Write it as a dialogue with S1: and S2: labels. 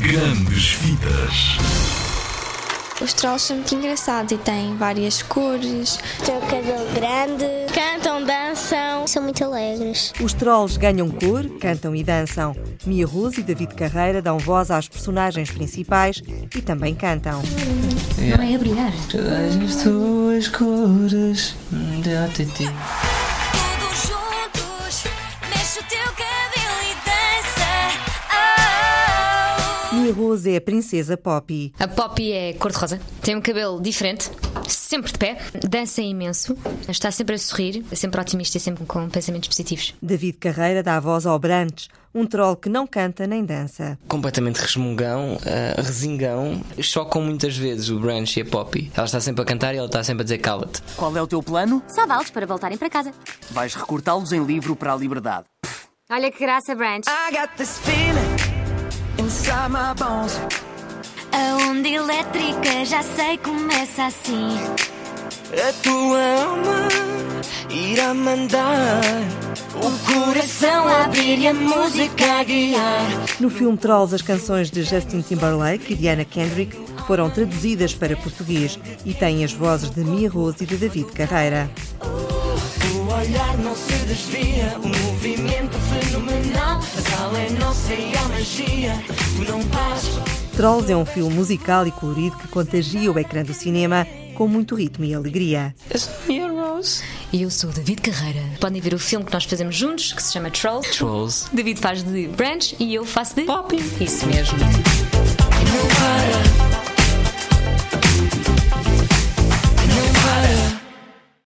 S1: Grandes fitas.
S2: Os trolls são muito engraçados e têm várias cores.
S3: Têm o cabelo grande,
S4: cantam, dançam,
S3: são muito alegres.
S5: Os trolls ganham cor, cantam e dançam. Mia Rose e David Carreira dão voz às personagens principais e também cantam.
S6: Não é a brilhar.
S7: Todas as tuas cores. Dá-te-te.
S8: Todos juntos, mexe o teu cabelo e dança.
S5: Mia Rose é a princesa Poppy.
S6: A Poppy é cor-de-rosa, tem um cabelo diferente, sempre de pé, dança imenso, está sempre a sorrir, é sempre otimista e sempre com pensamentos positivos.
S5: David Carreira dá voz ao Brantes, um troll que não canta nem dança.
S7: Completamente resmungão, ah, resingão. Chocam muitas vezes o Branch e a Poppy. Ela está sempre a cantar e ele está sempre a dizer cala-te.
S9: Qual é o teu plano?
S10: Salvá-los para voltarem para casa.
S9: Vais recortá-los em livro para a liberdade.
S10: Olha que graça, Branch.
S8: A onda elétrica já sei começa assim.
S7: A tua alma irá mandar
S8: O coração a abrir e a música a guiar.
S5: No filme Trolls, as canções de Justin Timberlake e Diana Kendrick foram traduzidas para português e têm as vozes de Mia Rose e de David Carreira.
S7: O olhar não se desvia, o movimento fenomenal. A sala é nossa e a magia. Tu não pares.
S5: Trolls é um filme musical e colorido que contagia o ecrã do cinema com muito ritmo e alegria.
S7: Eu sou Mia Rose.
S6: E eu sou o David Carreira. Podem ver o filme que nós fazemos juntos, que se chama Trolls.
S7: Trolls.
S6: David faz de Branch e eu faço de
S7: Poppy.
S6: Isso mesmo.
S7: Não para.